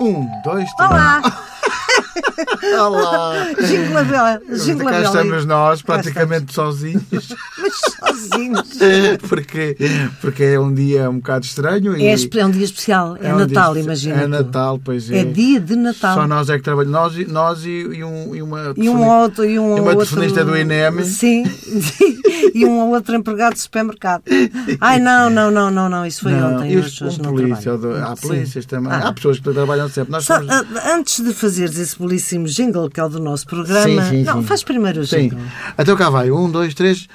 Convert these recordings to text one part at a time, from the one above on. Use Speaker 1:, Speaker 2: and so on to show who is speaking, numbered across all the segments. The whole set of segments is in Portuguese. Speaker 1: Um, dois, três.
Speaker 2: Olá!
Speaker 1: Olá.
Speaker 2: Jingle Bell, Jingle
Speaker 1: Cá
Speaker 2: Bell.
Speaker 1: estamos nós,
Speaker 2: Cá estamos.
Speaker 1: praticamente sozinhos,
Speaker 2: Mas sozinhos.
Speaker 1: porque, porque é um dia um bocado estranho. E
Speaker 2: É, espe- é um dia especial. É,
Speaker 1: um
Speaker 2: Natal,
Speaker 1: dia-
Speaker 2: imagina.
Speaker 1: É
Speaker 2: tu.
Speaker 1: Natal, pois é.
Speaker 2: É dia de Natal.
Speaker 1: Só nós é que trabalhamos. Nós, e- nós e, e um, e uma.
Speaker 2: E um outro. E um
Speaker 1: E uma
Speaker 2: outro...
Speaker 1: telefonista do INEM.
Speaker 2: Sim. e um outro empregado de supermercado. Ai, não, não, não, não, não. Isso foi
Speaker 1: Não,
Speaker 2: ontem.
Speaker 1: e
Speaker 2: as
Speaker 1: os,
Speaker 2: pessoas
Speaker 1: um
Speaker 2: não
Speaker 1: polícia,
Speaker 2: trabalham.
Speaker 1: há
Speaker 2: Sim.
Speaker 1: polícias também.
Speaker 2: Ah.
Speaker 1: Há pessoas que trabalham sempre. Nós
Speaker 2: Só,
Speaker 1: somos-
Speaker 2: ah, antes de fazeres esse belíssimo jingle que é o do nosso programa,
Speaker 1: Sim, sim,
Speaker 2: não,
Speaker 1: sim.
Speaker 2: faz primeiro o
Speaker 1: Sim.
Speaker 2: jingle.
Speaker 1: Então cá vai. Um, dois, três.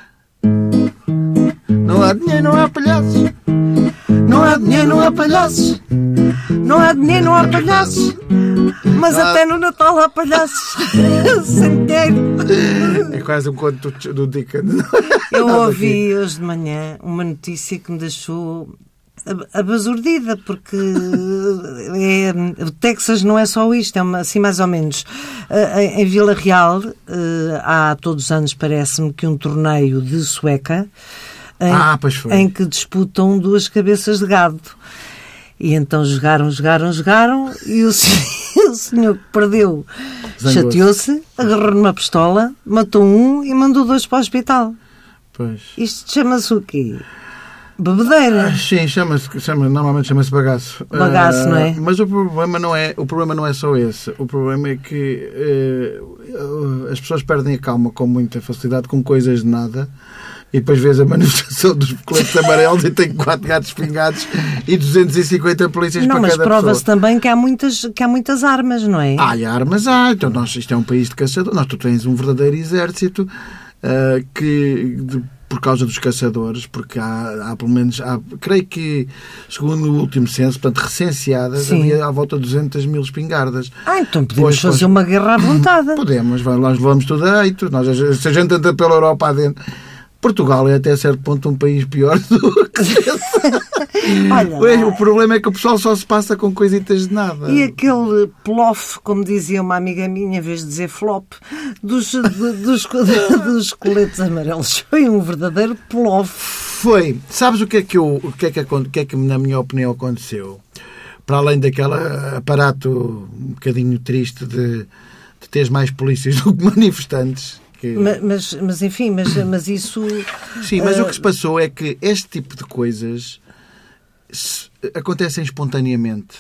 Speaker 1: Não há dinheiro, não há palhaços. Não há dinheiro, não há palhaços.
Speaker 2: Não há dinheiro, não há palhaços, mas
Speaker 1: Não há-
Speaker 2: até no Natal há palhaços. Sem dinheiro.
Speaker 1: É quase um conto do- do Dickens.
Speaker 2: Eu
Speaker 1: Nada
Speaker 2: ouvi hoje de manhã uma notícia que me deixou ab- abasurdida, porque é- o Texas não é só isto, é uma- assim mais ou menos. Ah, Em em Vila Real, eh, há todos os anos, parece-me, que um torneio de sueca. em-
Speaker 1: Ah, pois foi.
Speaker 2: em que disputam duas cabeças de gado. E então jogaram, jogaram, jogaram, e o senhor, o senhor que perdeu
Speaker 1: Zangou-se.
Speaker 2: chateou-se, agarrou numa pistola, matou um e mandou dois para o hospital.
Speaker 1: Pois. Ah,
Speaker 2: Isto chama-se o quê? Bebedeira.
Speaker 1: Sim, chama-se, chama, normalmente chama-se bagaço.
Speaker 2: Bagaço,
Speaker 1: Ah,
Speaker 2: não é?
Speaker 1: Mas o problema não é, o problema não é só esse. O problema é que eh, as pessoas perdem a calma com muita facilidade, com coisas de nada. E depois vês a manifestação dos coletes amarelos e tem quatro gatos pingados e 250 polícias
Speaker 2: Não,
Speaker 1: é, para
Speaker 2: mas
Speaker 1: cada
Speaker 2: prova-se
Speaker 1: pessoa.
Speaker 2: também que há, muitas, que há muitas armas, não é?
Speaker 1: Ah, e armas há. Então nós, isto é um país de caçadores. Nós, tu tens um verdadeiro exército ah, que, de- por causa dos caçadores, porque há, há pelo menos, há, creio que, segundo o último censo, portanto, recenseadas,
Speaker 2: Sim.
Speaker 1: havia à volta de 200 mil espingardas.
Speaker 2: Ah, então podemos
Speaker 1: Pois, pois.
Speaker 2: fazer um- uma guerra à vontade.
Speaker 1: Podemos, vai, nós levamos tudo aí. tu- Nós, se a gente anda pela Europa adentro. Portugal é até certo ponto um país pior do que
Speaker 2: Olha
Speaker 1: Pois,
Speaker 2: lá.
Speaker 1: O problema é que o pessoal só se passa com coisitas de nada.
Speaker 2: E aquele plof, como dizia uma amiga minha, em vez de dizer flop, dos, de- dos, co- dos coletes amarelos. Foi um verdadeiro plof.
Speaker 1: Foi. Sabes o que é que eu, o que é que, acon- o que é que na minha opinião aconteceu? Para além daquele ah, aparato um bocadinho triste de, de teres mais polícias do que manifestantes. que-
Speaker 2: Ma- Mas, mas enfim, mas, mas isso.
Speaker 1: Sim, mas
Speaker 2: ah,
Speaker 1: o que se passou é que este tipo de coisas se- acontecem espontaneamente.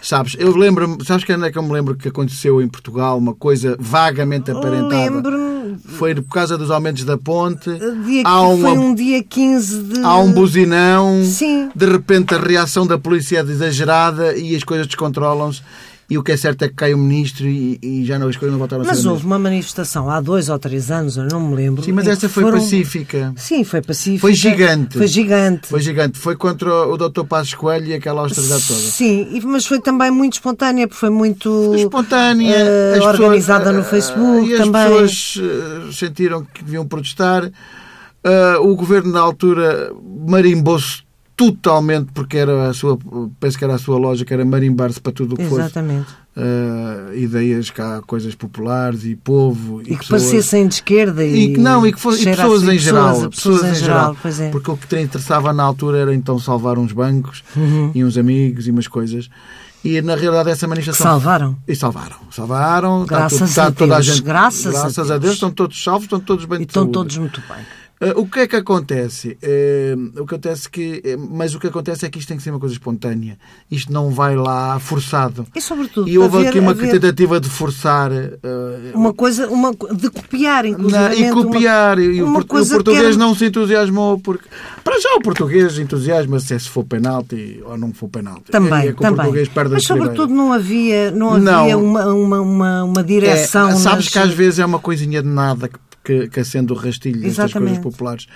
Speaker 1: Sabes, eu lembro-me, sabes quando é que eu me lembro que aconteceu em Portugal uma coisa vagamente aparentada?
Speaker 2: Lembro-me eh,
Speaker 1: Foi por causa dos aumentos da ponte.
Speaker 2: dia que
Speaker 1: há um,
Speaker 2: foi um dia 15 de.
Speaker 1: há um buzinão.
Speaker 2: Uhum. Sim.
Speaker 1: De repente a reação da polícia é exagerada e as coisas descontrolam-se. E o que é certo é que cai o ministro e, e já não, as coisas não voltaram a
Speaker 2: Mas
Speaker 1: ser. as
Speaker 2: houve uma manifestação há dois ou três anos, eu não me
Speaker 1: mesmas.
Speaker 2: lembro.
Speaker 1: Sim, mas
Speaker 2: em
Speaker 1: esta
Speaker 2: que
Speaker 1: foi
Speaker 2: foram-
Speaker 1: pacífica.
Speaker 2: Sim, foi pacífica.
Speaker 1: Foi gigante.
Speaker 2: Foi gigante.
Speaker 1: Foi gigante. Foi contra o Dr. Passos Coelho e aquela austeridade toda.
Speaker 2: Sim, e- mas foi também muito espontânea, porque foi muito.
Speaker 1: Espontânea.
Speaker 2: eh,
Speaker 1: as pessoas-
Speaker 2: organizada no
Speaker 1: eh,
Speaker 2: Facebook
Speaker 1: e as
Speaker 2: também.
Speaker 1: pessoas eh, sentiram que deviam protestar. Eh, o governo, na altura, marimbou-se totalmente, porque era a sua, penso que era a sua lógica, era marimbar-se para tudo o que fosse.
Speaker 2: Exatamente.
Speaker 1: eh, ideias cá, coisas populares e povo
Speaker 2: E, que
Speaker 1: pessoas.
Speaker 2: parecessem de esquerda
Speaker 1: E
Speaker 2: e,
Speaker 1: que não, e que fosse, e
Speaker 2: cheira
Speaker 1: pessoas
Speaker 2: assim,
Speaker 1: em geral.
Speaker 2: pessoas, pessoas em geral, pois é.
Speaker 1: Porque o que te interessava na altura era então salvar uns bancos
Speaker 2: Uhum.
Speaker 1: e uns amigos e umas coisas. E na realidade essa
Speaker 2: Que
Speaker 1: manifestação.
Speaker 2: salvaram.
Speaker 1: E salvaram. Salvaram. está
Speaker 2: Graças
Speaker 1: tudo- está
Speaker 2: a
Speaker 1: toda
Speaker 2: Deus,
Speaker 1: gente-
Speaker 2: graças a
Speaker 1: graças a
Speaker 2: Deus.
Speaker 1: Deus. Estão todos salvos, estão todos bem
Speaker 2: E
Speaker 1: de
Speaker 2: estão
Speaker 1: saúde.
Speaker 2: todos muito bem.
Speaker 1: Eh, O que é que acontece? Eh, o que acontece que, eh, mas o que acontece é que isto tem que ser uma coisa espontânea. Isto não vai lá forçado.
Speaker 2: E sobretudo,
Speaker 1: E houve
Speaker 2: haver-
Speaker 1: aqui uma
Speaker 2: haver
Speaker 1: tentativa de forçar eh,
Speaker 2: uma coisa uma, co- de copiar,
Speaker 1: na-
Speaker 2: inclusive.
Speaker 1: e copiar. E o,
Speaker 2: uma
Speaker 1: portu- o
Speaker 2: coisa que
Speaker 1: português
Speaker 2: era-
Speaker 1: não se entusiasmou. porque Para já o português entusiasma-se é se for penalti ou não for penalti.
Speaker 2: Também,
Speaker 1: é que o
Speaker 2: também.
Speaker 1: português perde
Speaker 2: Mas,
Speaker 1: a estribeira.
Speaker 2: sobretudo, não havia, não
Speaker 1: Não.
Speaker 2: havia uma, uma, uma, uma
Speaker 1: É,
Speaker 2: direção. né,
Speaker 1: sabes
Speaker 2: nas-
Speaker 1: que às vezes é uma coisinha de nada que, que, que acende o rastilho destas
Speaker 2: Exatamente.
Speaker 1: coisas populares.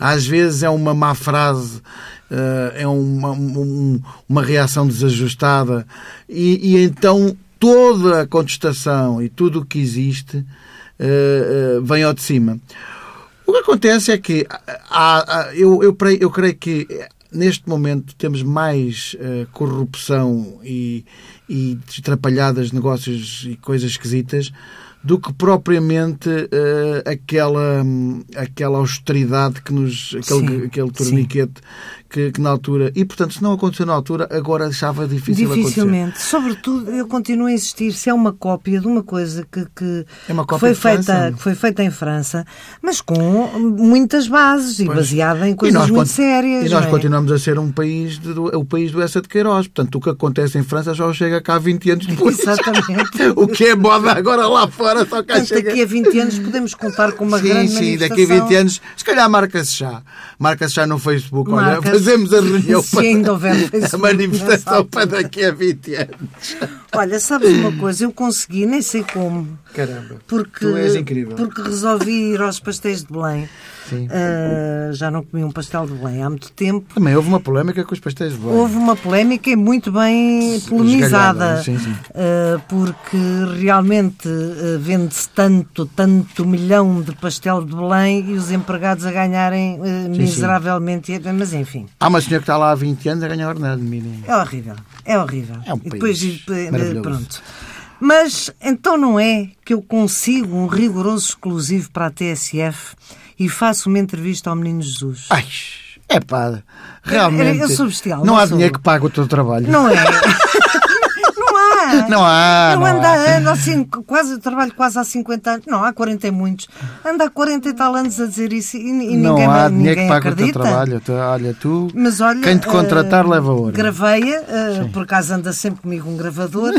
Speaker 1: Às vezes é uma má frase, eh, é uma, um- uma reação desajustada. E, e então toda a contestação e tudo o que existe eh, eh, vem ao de cima. O que acontece é que há- há- eu, eu, pre- eu creio que eh, neste momento temos mais eh, corrupção e, e atrapalhadas negócios e coisas esquisitas do que propriamente eh, aquela, hum, aquela austeridade que nos. aquele,
Speaker 2: Sim,
Speaker 1: aquele
Speaker 2: sim.
Speaker 1: torniquete que, que na altura. E portanto, se não aconteceu na altura, agora achava difícil acontecer.
Speaker 2: Dificilmente. Sobretudo, eu continuo a insistir se é uma cópia de uma coisa que, que,
Speaker 1: É uma
Speaker 2: que
Speaker 1: cópia
Speaker 2: foi
Speaker 1: de
Speaker 2: feita,
Speaker 1: França, não é?
Speaker 2: que foi feita em França, mas com muitas bases e
Speaker 1: Pois.
Speaker 2: baseada em
Speaker 1: E
Speaker 2: coisas muito
Speaker 1: conti-
Speaker 2: sérias.
Speaker 1: E nós
Speaker 2: não é?
Speaker 1: continuamos a ser um país de- do, o país do Essa de Queiroz. Portanto, o que acontece em França já chega cá 20 anos depois.
Speaker 2: Exatamente.
Speaker 1: o que é moda agora lá fora só cá
Speaker 2: Portanto,
Speaker 1: chega.
Speaker 2: daqui a 20 anos podemos contar com uma
Speaker 1: Sim,
Speaker 2: grande
Speaker 1: sim,
Speaker 2: manifestação.
Speaker 1: daqui a 20 anos, se calhar marca-se já. Marca-se já no Facebook. Olha,
Speaker 2: Marca-se.
Speaker 1: fazemos a reunião
Speaker 2: Se ainda houver Facebook
Speaker 1: a
Speaker 2: nessa
Speaker 1: manifestação
Speaker 2: altura.
Speaker 1: para daqui a 20 anos.
Speaker 2: Olha, sabes uma coisa? Eu consegui, nem sei como.
Speaker 1: Caramba.
Speaker 2: Porque,
Speaker 1: Tu és incrível.
Speaker 2: porque resolvi ir aos pastéis de Belém.
Speaker 1: Sim.
Speaker 2: Ah, já não comi um pastel de Belém há muito tempo.
Speaker 1: Também houve uma polémica com os pastéis de Belém.
Speaker 2: Houve uma polémica e muito bem polemizada,
Speaker 1: Esgalhada, sim, sim.
Speaker 2: ah, porque realmente ah, vende-se tanto, tanto milhão de pastel de Belém e os empregados a ganharem ah, miseravelmente. Mas enfim,
Speaker 1: Há uma senhora que está lá há 20 anos a ganhar ordenado mínimo.
Speaker 2: é horrível, é horrível.
Speaker 1: É um
Speaker 2: e depois,
Speaker 1: país
Speaker 2: e- e-
Speaker 1: maravilhoso.
Speaker 2: pronto. Mas então não é que eu consigo um rigoroso exclusivo para a TSF e faço uma entrevista ao Menino Jesus.
Speaker 1: Ai, é pá, realmente.
Speaker 2: Eu- eu sou bestial,
Speaker 1: Não,
Speaker 2: não
Speaker 1: há
Speaker 2: sou.
Speaker 1: dinheiro que pague o teu trabalho.
Speaker 2: Não é? não há.
Speaker 1: Não há,
Speaker 2: Eu
Speaker 1: não é.
Speaker 2: ando,
Speaker 1: há.
Speaker 2: ando assim, quase, eu trabalho quase há 50 anos, não, há 40 e muitos. Ando há 40 e tal anos a dizer isso e, e
Speaker 1: Não
Speaker 2: ninguém,
Speaker 1: há
Speaker 2: ninguém
Speaker 1: dinheiro que pague
Speaker 2: acredita.
Speaker 1: o teu trabalho. Tu- olha, tu.
Speaker 2: Mas olha, eh,
Speaker 1: quem te contratar leva ouro.
Speaker 2: Gravei-a, ah, por acaso anda sempre comigo um gravador.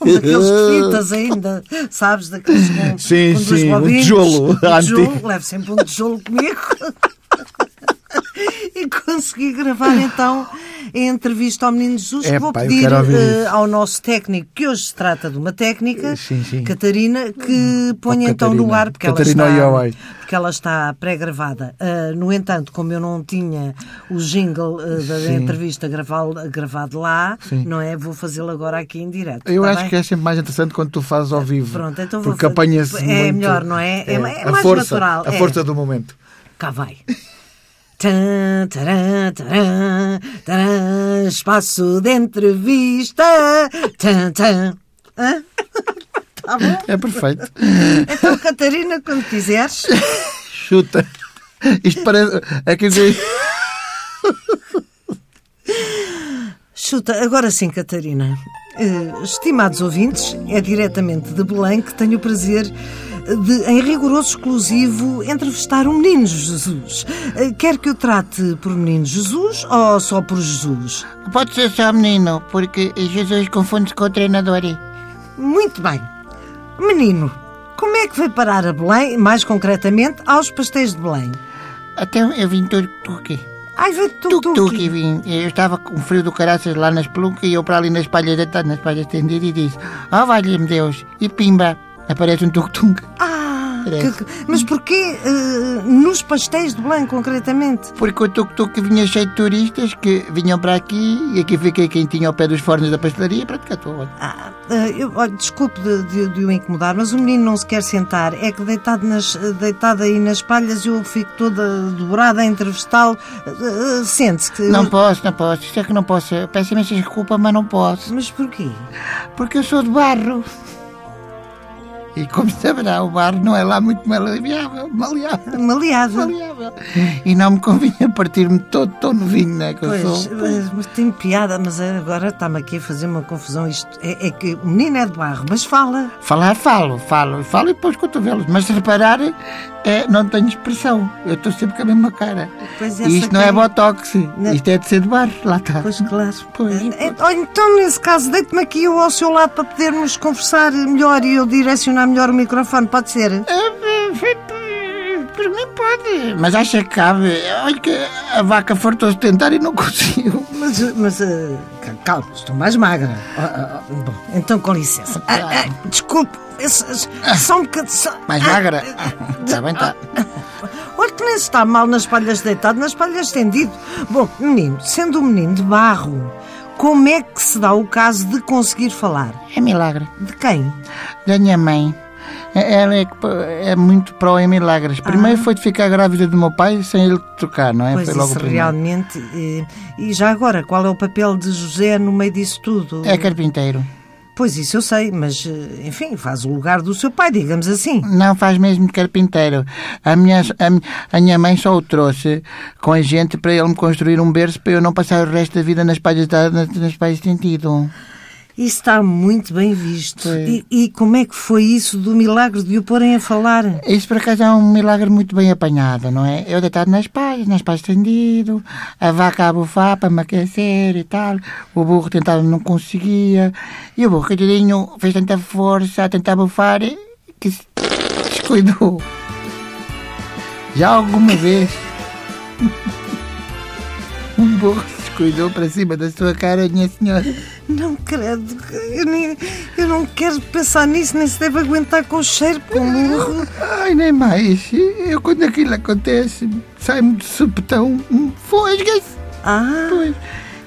Speaker 2: Um daqueles de fitas ainda, sabes? Daqueles com,
Speaker 1: Sim,
Speaker 2: com duas
Speaker 1: sim, um
Speaker 2: bobinhas,
Speaker 1: tijolo antigo.
Speaker 2: tijolo levo sempre um tijolo comigo. e consegui gravar então a entrevista ao Menino Jesus. que vou
Speaker 1: Epá, eu
Speaker 2: pedir
Speaker 1: quero ouvir
Speaker 2: eh,
Speaker 1: isso.
Speaker 2: ao nosso técnico, que hoje se trata de uma técnica,
Speaker 1: Sim, sim.
Speaker 2: Catarina, que ponha então no
Speaker 1: Catarina.
Speaker 2: ar, porque
Speaker 1: Catarina
Speaker 2: ela
Speaker 1: Oyoi.
Speaker 2: está porque ela está pré-gravada. Ah, no entanto, como eu não tinha o jingle ah, da da
Speaker 1: Sim.
Speaker 2: entrevista gravá-lo- gravado lá,
Speaker 1: Sim.
Speaker 2: não é? Vou fazê-lo agora aqui em direto.
Speaker 1: Eu
Speaker 2: tá
Speaker 1: acho
Speaker 2: bem?
Speaker 1: que é sempre mais interessante quando tu fazes ao vivo.
Speaker 2: Pronto, então vou
Speaker 1: porque
Speaker 2: fa-
Speaker 1: apanha-se
Speaker 2: É
Speaker 1: muito-
Speaker 2: melhor, não é? É- é
Speaker 1: a
Speaker 2: mais
Speaker 1: força,
Speaker 2: natural,
Speaker 1: A
Speaker 2: é.
Speaker 1: força do momento.
Speaker 2: Cá vai. Tã, tarã, tarã, tarã, espaço de entrevista. Tã, tã. Hã? Tá bom?
Speaker 1: É perfeito.
Speaker 2: Então, Catarina, quando quiseres.
Speaker 1: Chuta. Isto parece. É que
Speaker 2: Chuta, agora sim, Catarina. Eh, Estimados ouvintes, é diretamente de Belém que tenho o prazer de, em rigoroso exclusivo, entrevistar o Menino Jesus. Eh, Quer que eu trate por Menino Jesus ou só por Jesus?
Speaker 3: Pode ser só menino, porque Jesus confunde-se com o treinador.
Speaker 2: Muito bem. Menino, como é que foi parar a Belém, mais concretamente aos pastéis de Belém?
Speaker 3: Até eu vim tuk-tuk.
Speaker 2: Ai, vê tu, tu,
Speaker 3: Tuk-tuk, vim. Eu estava com frio do caraças lá nas pelunca e eu para ali nas palhas deitado, nas palhas estendidas e disse: Oh, valha-me Deus! E pimba! Aparece um tuk-tuk.
Speaker 2: Ah,
Speaker 3: Parece.
Speaker 2: que- que- mas porquê eh, nos pastéis de Belém, concretamente?
Speaker 3: Porque o tuk-tuk vinha cheio de turistas que vinham para aqui e aqui fiquei quentinho ao pé dos fornos da pastelaria. Pronto, cá estou. olha.
Speaker 2: Ah, ah, eu, olha, desculpe de, de- de o incomodar, mas o menino não se quer sentar. É que deitado, nas, deitado aí nas palhas eu fico toda dobrada a entrevistá-lo. Ah, ah, Sente-se que.
Speaker 3: Não posso, não posso. Isto é que não posso. Eu Peço imensa desculpa, mas não posso.
Speaker 2: Mas porquê?
Speaker 3: Porque eu sou de barro. E como saberá, o barro não é lá muito maleável. maleável.
Speaker 2: Maleável.
Speaker 3: maleável. E não me convinha partir-me todo tão novinho, né? Que eu
Speaker 2: Pois,
Speaker 3: sou.
Speaker 2: ah, mas tem piada, mas agora está-me aqui a fazer uma confusão. Isto é, é que o menino é de barro, mas fala.
Speaker 3: Falar, falo, falo, falo e depois cotovelos. Mas se reparar, é, não tenho expressão. Eu estou sempre com a mesma cara.
Speaker 2: Pois
Speaker 3: E
Speaker 2: essa
Speaker 3: isto não é
Speaker 2: cara-
Speaker 3: botox.
Speaker 2: Não.
Speaker 3: Isto é de ser de barro. Lá está.
Speaker 2: Pois, claro.
Speaker 3: Pois.
Speaker 2: Ah, é- olha, então, nesse caso, deite-me aqui eu ao seu lado para podermos conversar melhor e eu direcionar melhor o microfone, pode ser?
Speaker 3: É, Por mim pode. Mas acha que cabe. Olha que a vaca fartou-se de tentar e não conseguiu.
Speaker 2: Mas, mas eh, cal- calma, estou mais magra. Ah, ah, bom, então com licença. Ah, ah, desculpe, esse- esse- só um bocadinho. só-
Speaker 3: Mais
Speaker 2: Ah,
Speaker 3: magra. Está bem, tá. está.
Speaker 2: Olha que nem se está mal nas palhas deitado, nas palhas estendido. Bom, menino, sendo um menino de barro, como é que se dá o caso de conseguir falar?
Speaker 3: É milagre.
Speaker 2: De quem?
Speaker 3: da minha mãe. Ela é, que po- é muito pró em milagres. Primeiro foi de ficar grávida do meu pai sem ele tocar, não é?
Speaker 2: Ah. pois
Speaker 3: foi logo
Speaker 2: isso
Speaker 3: o primeiro.
Speaker 2: realmente. eh, E, já agora, qual é o papel de José no meio disso tudo?
Speaker 3: É carpinteiro.
Speaker 2: Pois isso eu sei, mas eh, enfim, faz o lugar do seu pai, digamos assim.
Speaker 1: Não faz mesmo de carpinteiro. A minha, a, mi- a minha mãe só o trouxe com a gente para ele me construir um berço para eu não passar o resto da vida nas palhas, da, nas, nas palhas de sentido.
Speaker 2: Isso está muito bem visto.
Speaker 1: Sim.
Speaker 2: E, e como é que foi isso do milagre de o porem a falar?
Speaker 1: Isso por acaso é um milagre muito bem apanhado, não é? Eu deitado nas palhas, nas palhas estendido, a vaca a bufar para me aquecer e tal, o burro tentava não conseguia, e o burro coitadinho fez tanta força a tentar bufar e- que se descuidou. Já alguma vez um burro se descuidou para cima da sua cara, minha senhora.
Speaker 2: Não credo, eu, nem- eu não quero pensar nisso, nem se deve aguentar com cheiro, com burro.
Speaker 1: Ai, nem mais. Eu quando aquilo acontece, sai-me de supetão, fosga-se.
Speaker 2: Ah,
Speaker 1: Pois.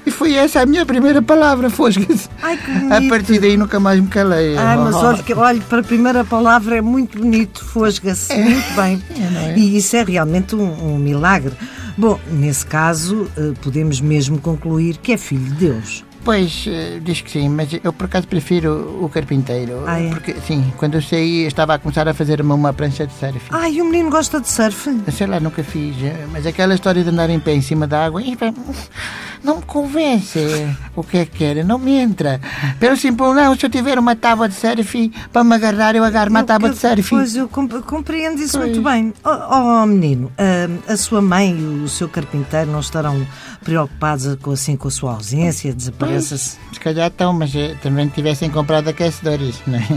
Speaker 1: E foi essa a minha primeira palavra, fosga-se.
Speaker 2: ai que
Speaker 1: A
Speaker 2: Ah, bonito.
Speaker 1: partir daí nunca mais me calei.
Speaker 2: Ai, mas
Speaker 1: Oh.
Speaker 2: olha, que- olha, para a primeira palavra é muito bonito, fosga-se, muito bem.
Speaker 1: É, não é?
Speaker 2: E isso é realmente um, um milagre. Bom, nesse caso, eh, podemos mesmo concluir que é filho de Deus.
Speaker 1: Pois, eh, diz que sim, mas eu por acaso prefiro o carpinteiro.
Speaker 2: Ah, é?
Speaker 1: Porque, sim, quando eu saí eu estava a começar a fazer uma, uma prancha de surf.
Speaker 2: Ai, e o menino gosta de surf?
Speaker 1: Sei lá, nunca fiz, eh, mas aquela história de andar em pé em cima da água, eh, pá, não me convence o que é que era, não me entra. Pelo simples, não, se eu tiver uma tábua de surf para me agarrar, eu agarro-me à
Speaker 2: Eu
Speaker 1: tábua
Speaker 2: que-
Speaker 1: de surf.
Speaker 2: Pois, eu comp- compreendo isso
Speaker 1: Pois.
Speaker 2: muito bem. Oh, oh, menino, ah, a sua mãe e o seu carpinteiro não estarão preocupados com, assim, com a sua ausência? Desapareça-se.
Speaker 1: Se calhar estão, mas eh, também tivessem comprado aquecedores, não é?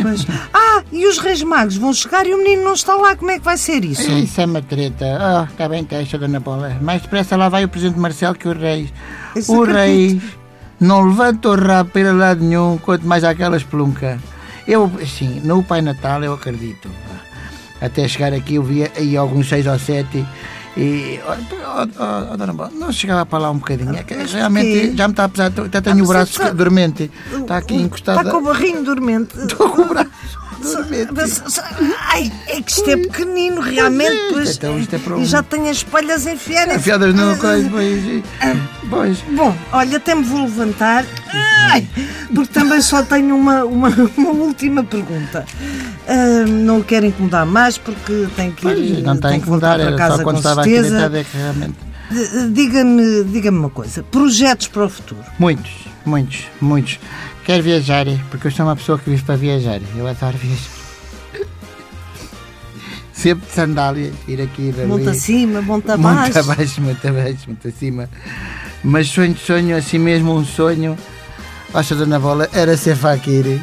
Speaker 2: Pois. Ah, e os reis magos vão chegar e o menino não está lá. Como é que vai ser isso?
Speaker 1: Isso é uma treta. Oh, está bem, deixa, dona Paula. Mais depressa lá vai o presidente Marcelo que é o rei.
Speaker 2: Isso é
Speaker 1: O
Speaker 2: acredito.
Speaker 1: rei não levanta o rabo para lado nenhum, quanto mais aquela espelunca. Eu, sim, no Pai Natal eu acredito. Até chegar aqui eu via aí alguns seis ou sete e... Oh, oh, oh, dona Paula, não chegava para lá um bocadinho. É que
Speaker 2: Mas
Speaker 1: Realmente
Speaker 2: porquê?
Speaker 1: já me está a pesar, já
Speaker 2: Ah,
Speaker 1: tenho o
Speaker 2: mas
Speaker 1: braço
Speaker 2: sabe-
Speaker 1: dormente. Está aqui encostado.
Speaker 2: Está com o barrinho dormente.
Speaker 1: Estou com o braço dormente.
Speaker 2: Mas, mas, ai, é que isto é pequenino, realmente.
Speaker 1: é,
Speaker 2: pois,
Speaker 1: então isto é para um-
Speaker 2: e já tem as espalhas enfiadas.
Speaker 1: Afiadas no coisa, pois. e-
Speaker 2: Ah.
Speaker 1: Pois.
Speaker 2: Bom, olha, até me vou levantar, Ai, porque também só tenho uma, uma, uma última pergunta. Ah, não o quero incomodar mais, porque tenho que
Speaker 1: Pois,
Speaker 2: ir.
Speaker 1: não tem
Speaker 2: tenho
Speaker 1: que mudar,
Speaker 2: voltar para
Speaker 1: era
Speaker 2: casa
Speaker 1: só quando
Speaker 2: com
Speaker 1: estava aqui
Speaker 2: certeza.
Speaker 1: deitado é que realmente.
Speaker 2: D- Diga-me diga uma coisa: projetos para o futuro?
Speaker 1: Muitos, muitos, muitos. Quero viajar, eh, porque eu sou uma pessoa que vive para viajar. eh. Eu adoro viajar. Sempre de sandália, ir aqui ir ali.
Speaker 2: Monta acima, monta
Speaker 1: Muito
Speaker 2: abaixo.
Speaker 1: abaixo, muito abaixo, muito acima. Mas sonho, sonho, assim mesmo um sonho. Oxa, Dona Bola, era ser faquiri.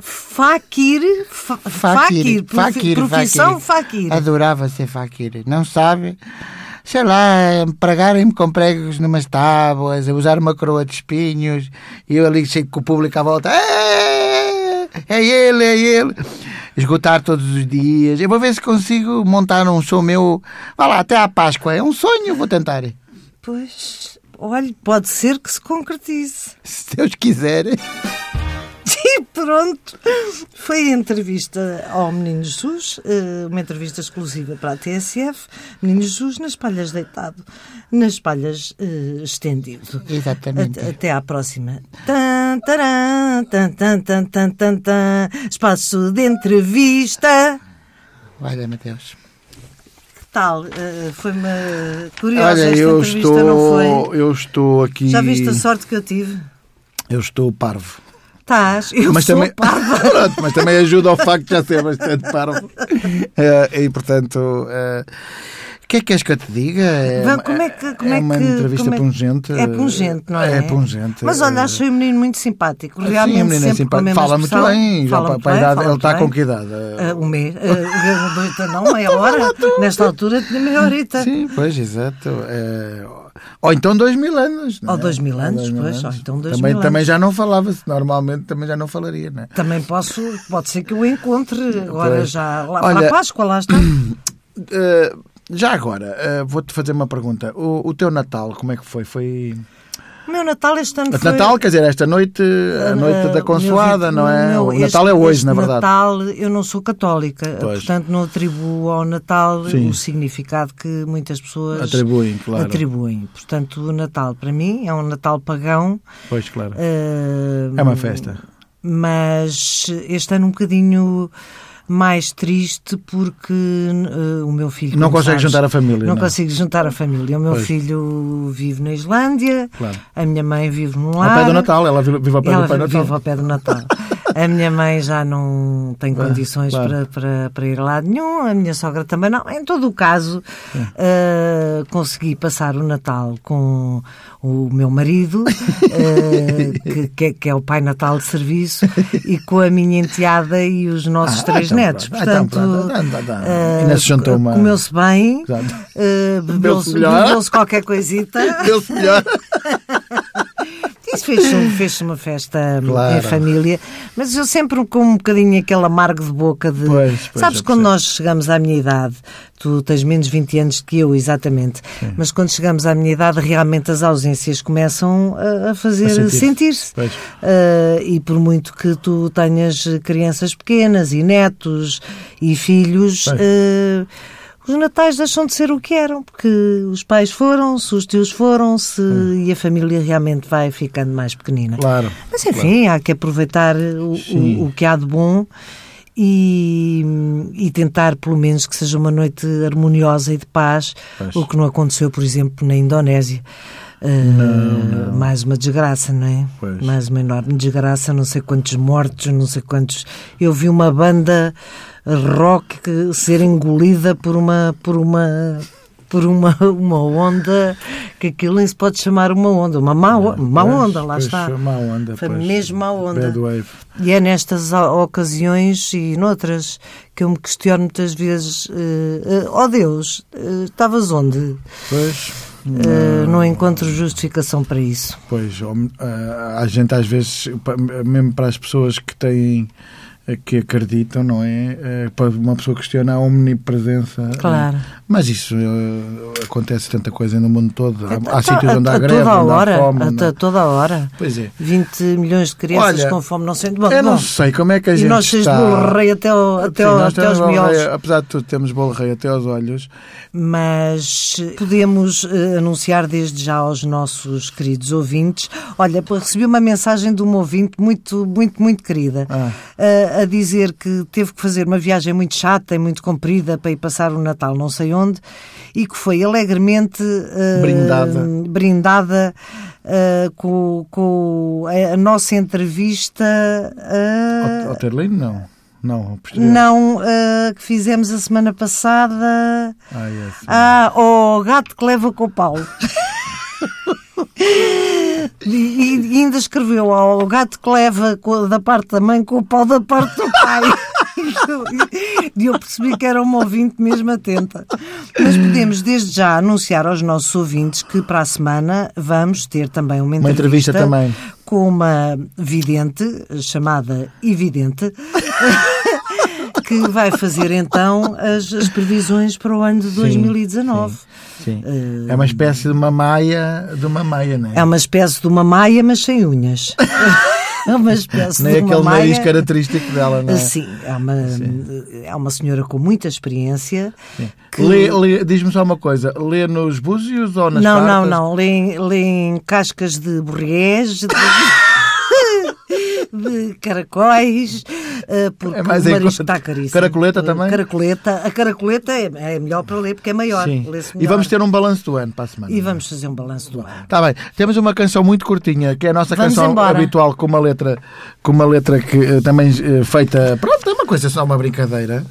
Speaker 2: Fakir, fa-
Speaker 1: Fakir,
Speaker 2: fakir, profi- profissão fakir.
Speaker 1: Adorava ser faquir, não sabe? Sei lá, empregarem-me com pregos numas tábuas, a usar uma coroa de espinhos, e eu ali cheio com o público à volta, "É, é ele, é ele. Esgotar todos os dias. Eu vou ver se consigo montar um show meu, vá lá, até à Páscoa. É um sonho, vou tentar.
Speaker 2: Pois, olha, pode ser que se concretize.
Speaker 1: Se Deus quiser.
Speaker 2: E pronto, foi a entrevista ao Menino Jesus, eh, uma entrevista exclusiva para a TSF. Menino Jesus nas palhas deitado, nas palhas eh, estendido.
Speaker 1: Exatamente.
Speaker 2: Até, até à próxima. Tan, taran, tan, tan, tan, tan, tan, tan. Espaço de entrevista.
Speaker 1: Olha, Mateus.
Speaker 2: Que tal? Eh, foi uma curiosa
Speaker 4: Olha,
Speaker 2: esta
Speaker 4: eu
Speaker 2: entrevista, não foi?
Speaker 4: estou, eu estou aqui.
Speaker 2: Já viste a sorte que eu tive?
Speaker 4: Eu estou parvo.
Speaker 2: Estás, eu
Speaker 4: mas
Speaker 2: sou
Speaker 4: também,
Speaker 2: parva.
Speaker 4: Pronto, mas também ajuda ao facto de já ser bastante parvo. Eh, e portanto, eh, o que é que queres que eu te diga? É,
Speaker 2: Vão,
Speaker 4: uma-
Speaker 2: como é que como
Speaker 4: é
Speaker 2: é
Speaker 4: uma
Speaker 2: que-
Speaker 4: entrevista
Speaker 2: como é-
Speaker 4: pungente.
Speaker 2: É pungente, não é?
Speaker 4: É pungente.
Speaker 2: Mas olha,
Speaker 4: Eh,
Speaker 2: achei o menino muito simpático.
Speaker 4: sim,
Speaker 2: Realmente
Speaker 4: a menina é
Speaker 2: sempre com a
Speaker 4: simpática.
Speaker 2: mesma
Speaker 4: Fala muito
Speaker 2: expressão.
Speaker 4: bem. já
Speaker 2: Fala
Speaker 4: para-
Speaker 2: muito
Speaker 4: para a
Speaker 2: bem,
Speaker 4: idade-
Speaker 2: fala
Speaker 4: ele está
Speaker 2: muito
Speaker 4: com
Speaker 2: bem.
Speaker 4: que idade? Eh,
Speaker 2: Ah, um mês, ah, doita não, meia hora. Nesta altura tinha meia horita.
Speaker 4: Sim, pois, exato. Eh, ou então dois mil anos. não
Speaker 2: Ou
Speaker 4: é?
Speaker 2: dois mil anos,
Speaker 4: dois mil
Speaker 2: pois, ou então dois
Speaker 4: também,
Speaker 2: mil
Speaker 4: também
Speaker 2: anos.
Speaker 4: já não falava-se, normalmente também já não falaria, não é?
Speaker 2: Também posso, pode ser que eu o encontre agora
Speaker 4: Pois.
Speaker 2: já, lá para
Speaker 4: Olha-
Speaker 2: a Páscoa, lá está.
Speaker 4: Eh, já agora, eh, vou-te fazer uma pergunta. O, o teu Natal, como é que foi? Foi.
Speaker 2: O meu Natal este ano
Speaker 1: Mas
Speaker 2: foi... Eh,
Speaker 1: Natal, quer dizer, esta noite, a noite da
Speaker 2: Ah, meu
Speaker 1: Consoada,
Speaker 2: vi-
Speaker 1: não é?
Speaker 2: meu,
Speaker 1: o
Speaker 2: este-
Speaker 1: Natal é hoje,
Speaker 2: este
Speaker 1: na verdade.
Speaker 2: Natal, eu não sou católica,
Speaker 1: Pois.
Speaker 2: portanto não atribuo ao Natal
Speaker 1: Sim.
Speaker 2: o significado que muitas pessoas
Speaker 1: Atribuem, claro.
Speaker 2: atribuem. Portanto, o Natal para mim é um Natal pagão.
Speaker 1: Pois, claro.
Speaker 2: eh,
Speaker 1: É uma festa.
Speaker 2: Mas este ano um bocadinho mais triste porque eh, o meu filho
Speaker 1: Não
Speaker 2: como
Speaker 1: consegue
Speaker 2: sabes,
Speaker 1: juntar a família,
Speaker 2: não,
Speaker 1: não. é?
Speaker 2: consigo juntar a família o meu
Speaker 1: Pois.
Speaker 2: filho vive na Islândia
Speaker 1: Claro.
Speaker 2: a minha mãe vive no
Speaker 1: Ao
Speaker 2: lar
Speaker 1: pé do Natal, ela vive vive ao pé
Speaker 2: um ela
Speaker 1: do Pai Natal.
Speaker 2: vive ao pé do Natal. A minha mãe já não tem
Speaker 1: Claro,
Speaker 2: condições
Speaker 1: Ah, claro.
Speaker 2: para, para, para ir a lado nenhum, a minha sogra também não. Em todo o caso, eh, consegui passar o Natal com o meu marido, eh, que, que, é, que é o Pai Natal de serviço, e com a minha enteada e os nossos
Speaker 1: Ah,
Speaker 2: três
Speaker 1: então
Speaker 2: netos.
Speaker 1: pronto, então
Speaker 2: Portanto,
Speaker 1: pronto, então, então, então.
Speaker 2: eh,
Speaker 1: Ainda se juntou uma-
Speaker 2: comeu-se bem,
Speaker 1: Exato.
Speaker 2: eh, bebeu-se
Speaker 1: Bebeu-se melhor.
Speaker 2: bebeu-se qualquer coisita.
Speaker 1: Deu-se melhor.
Speaker 2: Isso fez-se um- fez-se uma festa hum,
Speaker 1: Claro.
Speaker 2: em família, mas eu sempre com um bocadinho aquele amargo de boca de.
Speaker 1: Pois, pois,
Speaker 2: Sabes,
Speaker 1: eu
Speaker 2: quando
Speaker 1: percebo.
Speaker 2: nós chegamos à minha idade, tu tens menos 20 anos que eu, exatamente, mas quando chegamos à minha idade, realmente as ausências começam a, a fazer
Speaker 1: A sentir-se.
Speaker 2: sentir-se.
Speaker 1: Pois.
Speaker 2: Ah, e por muito que tu tenhas crianças pequenas e netos e filhos.
Speaker 1: Pois.
Speaker 2: ah, os natais deixam de ser o que eram, porque os pais foram-se, os tios foram-se e a família realmente vai ficando mais pequenina.
Speaker 1: Claro.
Speaker 2: Mas enfim, há que aproveitar o,
Speaker 1: Sim.
Speaker 2: o, o que há de bom e, e tentar, pelo menos, que seja uma noite harmoniosa e de paz,
Speaker 1: Pois.
Speaker 2: o que não aconteceu, por exemplo, na Indonésia. Ah, Mais uma desgraça, não é?
Speaker 1: Pois.
Speaker 2: Mais uma enorme desgraça, não sei quantos mortos, não sei quantos. Eu vi uma banda rock que- ser engolida por uma por uma por uma, uma onda que aquilo nem se pode chamar uma onda, uma má, o- má
Speaker 1: Pois,
Speaker 2: onda, lá
Speaker 1: pois,
Speaker 2: está.
Speaker 1: Foi má onda.
Speaker 2: Foi
Speaker 1: pois.
Speaker 2: mesmo má onda.
Speaker 1: Bad wave.
Speaker 2: E é nestas o- ocasiões e noutras que eu me questiono muitas vezes: eh, eh, oh Deus, eh, estavas onde?
Speaker 1: Pois.
Speaker 2: Eh, não encontro justificação para isso.
Speaker 1: Pois, hom- ah, a gente às vezes, pa- mesmo para as pessoas que têm eh, que acreditam, não é? Eh, Para uma pessoa questiona a omnipresença. é?
Speaker 2: Claro.
Speaker 1: Mas isso eh, acontece tanta coisa no mundo todo. Há, há
Speaker 2: A-
Speaker 1: sítios
Speaker 2: Então, a-
Speaker 1: onde há
Speaker 2: a
Speaker 1: greve,
Speaker 2: toda a
Speaker 1: onde há
Speaker 2: tá hora, tá
Speaker 1: fome.
Speaker 2: a
Speaker 1: onde há-
Speaker 2: to- toda a hora.
Speaker 1: Pois é.
Speaker 2: 20 milhões de crianças
Speaker 1: Olha,
Speaker 2: com fome, não sei de bom.
Speaker 1: Eu não
Speaker 2: bom.
Speaker 1: sei como é que a
Speaker 2: E
Speaker 1: gente
Speaker 2: nós seis
Speaker 1: está...
Speaker 2: bolo rei até, ao, até,
Speaker 1: Sim,
Speaker 2: ao-
Speaker 1: nós
Speaker 2: até
Speaker 1: temos
Speaker 2: aos
Speaker 1: bolo rei,
Speaker 2: miolos.
Speaker 1: apesar de tudo, temos bolo rei até aos olhos.
Speaker 2: mas eh, podemos eh, anunciar desde já aos nossos queridos ouvintes. Olha, pô, recebi uma mensagem de uma ouvinte muito, muito, muito querida
Speaker 1: Ah.
Speaker 2: eh, a dizer que teve que fazer uma viagem muito chata e muito comprida para ir passar o Natal não sei onde e que foi alegremente eh,
Speaker 1: Brindada.
Speaker 2: brindada, eh, com, com a, a nossa entrevista. eh,
Speaker 1: Ao, ao Terlino, não. Não, ao posterior.
Speaker 2: não, eh, que fizemos a semana passada.
Speaker 1: Ah, yes.
Speaker 2: Ah, o gato que leva com o pau. E, e ainda escreveu ao gato que leva co- da parte da mãe com o pau da parte do pai. E eu percebi que era uma ouvinte mesmo atenta. Mas podemos desde já anunciar aos nossos ouvintes que para a semana vamos ter também uma
Speaker 1: Uma entrevista
Speaker 2: entrevista,
Speaker 1: também.
Speaker 2: com uma vidente chamada Evidente que vai fazer então as, as previsões para o ano de 2019.
Speaker 1: Sim.
Speaker 2: eh,
Speaker 1: É uma espécie de uma maia, de uma maia, não é?
Speaker 2: É uma espécie de uma maia, mas sem unhas. É uma espécie
Speaker 1: Não é
Speaker 2: de uma
Speaker 1: aquele
Speaker 2: maia.
Speaker 1: nariz característico dela, não é?
Speaker 2: Sim, é uma, é uma senhora com muita experiência. que-
Speaker 1: Lê- lê- Diz-me só uma coisa, lê nos búzios ou nas
Speaker 2: não,
Speaker 1: cartas?
Speaker 2: não, não, lê, em- lê em cascas de borrés, de, de caracóis, eh, porque
Speaker 1: É mais
Speaker 2: o
Speaker 1: em
Speaker 2: marisco
Speaker 1: conta.
Speaker 2: está caríssimo.
Speaker 1: Caracoleta
Speaker 2: Eh,
Speaker 1: também?
Speaker 2: Caracoleta. A caracoleta é, é melhor para ler porque é maior.
Speaker 1: Sim.
Speaker 2: lê-se
Speaker 1: E
Speaker 2: melhor.
Speaker 1: vamos ter um balanço do ano para a semana.
Speaker 2: E vamos fazer um balanço do ano.
Speaker 1: Está bem. Temos uma canção muito curtinha, que é a nossa
Speaker 2: Vamos
Speaker 1: canção
Speaker 2: embora.
Speaker 1: habitual, com uma letra, com uma letra que eh, também eh, feita. Pronto, é uma coisa só uma brincadeira.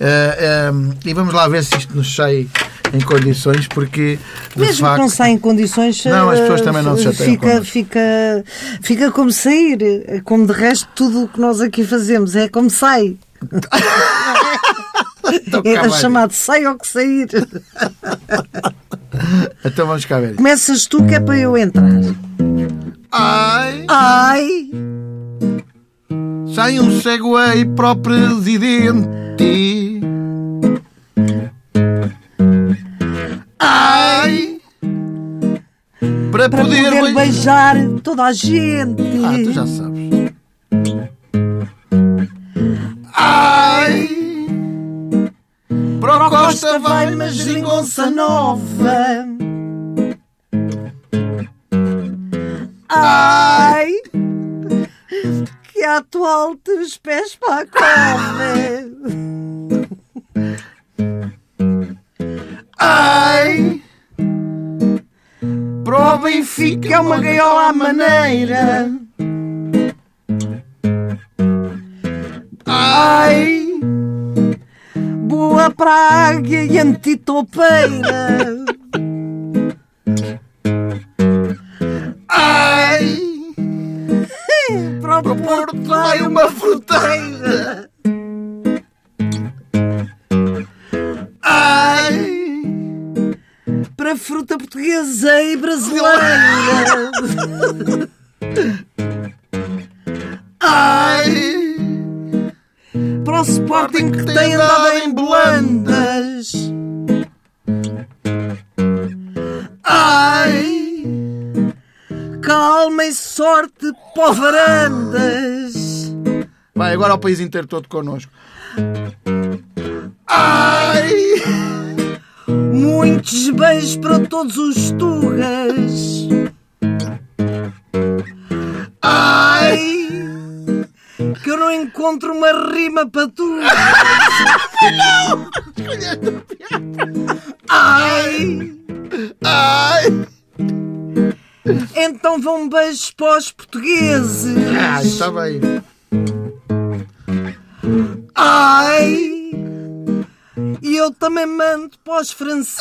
Speaker 1: Eh, eh, e vamos lá ver se isto nos sai em condições, porque de
Speaker 2: Mesmo que
Speaker 1: facto.
Speaker 2: não saia em condições.
Speaker 1: Não, as pessoas
Speaker 2: eh,
Speaker 1: também não se chateiam
Speaker 2: fica,
Speaker 1: connosco.
Speaker 2: fica, fica como sair. eh, Como de resto, tudo o que nós aqui fazemos é como sai.
Speaker 1: Então, cá
Speaker 2: É
Speaker 1: vai.
Speaker 2: chamado sai ou que sair.
Speaker 1: Então vamos cá ver.
Speaker 2: Começas tu que é para eu entrar.
Speaker 1: Hum. Ai,
Speaker 2: Ai!
Speaker 1: sai um Segway para o presidente. Ai, Para
Speaker 2: para
Speaker 1: poder
Speaker 2: poder,
Speaker 1: beijar.
Speaker 2: beijar toda a gente.
Speaker 3: Ah, tu já sabes.
Speaker 1: Ai! Pro
Speaker 2: Costa
Speaker 1: Costa
Speaker 2: vai,
Speaker 1: vai,
Speaker 2: é mas
Speaker 1: mas
Speaker 2: geringonça
Speaker 1: geringonça
Speaker 2: nova. Ai,
Speaker 1: Ai.
Speaker 2: que atual dos pés para a cova.
Speaker 1: Ai!
Speaker 3: Pro Benfica
Speaker 2: Que é uma gaiola à maneira.
Speaker 1: Ai!
Speaker 2: Boa para a águia e antitopeira.
Speaker 1: Ai!
Speaker 2: Para o
Speaker 1: Porto vai uma fruteira! Ai!
Speaker 2: para a fruta portuguesa e brasileira.
Speaker 1: Ai!
Speaker 2: Para o Sporting que tem andado em Belandas.
Speaker 1: Ai!
Speaker 2: Calma e sorte para o Varandas.
Speaker 1: Vai, agora o país inteiro todo connosco. Ai!
Speaker 2: Muitos beijos para todos os Tugas. Ai! Que eu não encontro uma rima para tu. Ai!
Speaker 1: Ai!
Speaker 2: Então vão beijos para os portugueses.
Speaker 1: Ai, está bem.
Speaker 2: Ai! E eu também mando para os franceses.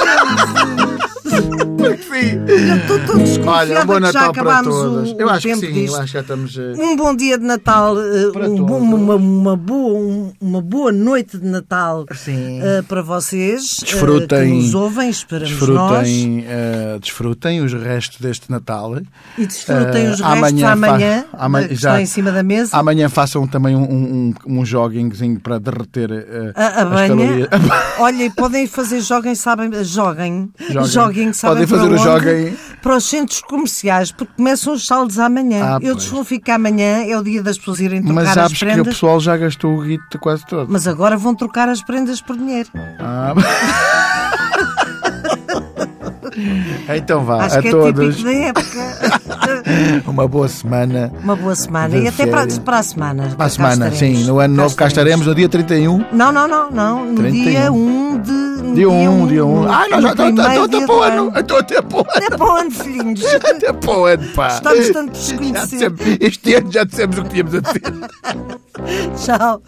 Speaker 1: Sim.
Speaker 2: Eu estou tão desconfiada
Speaker 1: Olha, um bom
Speaker 2: que já
Speaker 1: Natal para
Speaker 2: acabámos
Speaker 1: todos.
Speaker 2: o, o
Speaker 1: Eu acho que
Speaker 2: tempo
Speaker 1: sim,
Speaker 2: disto.
Speaker 1: eu acho que já estamos. eh,
Speaker 2: Um bom dia de Natal, eh,
Speaker 1: Para
Speaker 2: um bom-
Speaker 1: todos.
Speaker 2: uma, uma boa, um- uma boa noite de Natal
Speaker 3: Sim.
Speaker 2: eh, para vocês eh,
Speaker 1: Desfrutem-
Speaker 2: que nos ouvem, esperamos nós.
Speaker 1: Desfrutem, eh, desfrutem os restos deste Natal.
Speaker 2: E desfrutem
Speaker 1: Eh,
Speaker 2: os restos amanhã,
Speaker 1: fa- ama-
Speaker 2: eh, que
Speaker 1: já-
Speaker 2: está em cima da mesa.
Speaker 1: Amanhã façam também um, um, um- um joguinhozinho para derreter eh,
Speaker 2: A, a
Speaker 1: as calorias.
Speaker 2: banha. Olha, e podem fazer joguem, sabem, joguem,
Speaker 1: Joguem.
Speaker 2: joguem, sabem
Speaker 1: Podem fazer
Speaker 2: para
Speaker 1: o
Speaker 2: onde?
Speaker 1: joguem.
Speaker 2: para os centros comerciais, porque começam os saldos amanhã.
Speaker 1: Ah,
Speaker 2: Eu
Speaker 1: pois.
Speaker 2: desconfio que amanhã é o dia das pessoas irem trocar
Speaker 1: Mas
Speaker 2: as
Speaker 1: sabes que o
Speaker 2: prendas,
Speaker 1: pessoal já gastou o guito quase todo.
Speaker 2: mas agora vão trocar as prendas por dinheiro.
Speaker 1: Ah. então vá,
Speaker 2: Acho
Speaker 1: a
Speaker 2: que é
Speaker 1: todos
Speaker 2: típico da época.
Speaker 1: uma boa semana.
Speaker 2: Uma boa semana
Speaker 1: De
Speaker 2: e até para,
Speaker 1: férias.
Speaker 2: para a semana.
Speaker 1: Para a
Speaker 2: cá
Speaker 1: semana,
Speaker 2: estaremos.
Speaker 1: sim, no ano
Speaker 2: Cá
Speaker 1: novo cá estaremos no dia 31.
Speaker 2: Não, não, não, não. No
Speaker 1: 31.
Speaker 2: dia 1 de. no
Speaker 1: Dia 1,
Speaker 2: um,
Speaker 1: dia 1.
Speaker 2: no-
Speaker 1: Ah, não,
Speaker 2: no
Speaker 1: já estou
Speaker 2: primeiro
Speaker 1: até
Speaker 2: dia
Speaker 1: para o
Speaker 2: do
Speaker 1: ano. Estou até para o ano.
Speaker 2: Até para o ano, filhinhos.
Speaker 1: Até para o ano, pá.
Speaker 2: Estamos tanto
Speaker 1: Já
Speaker 2: desconhecidos.
Speaker 1: dissemos- Este ano já dissemos o que tínhamos a dizer.
Speaker 2: Tchau.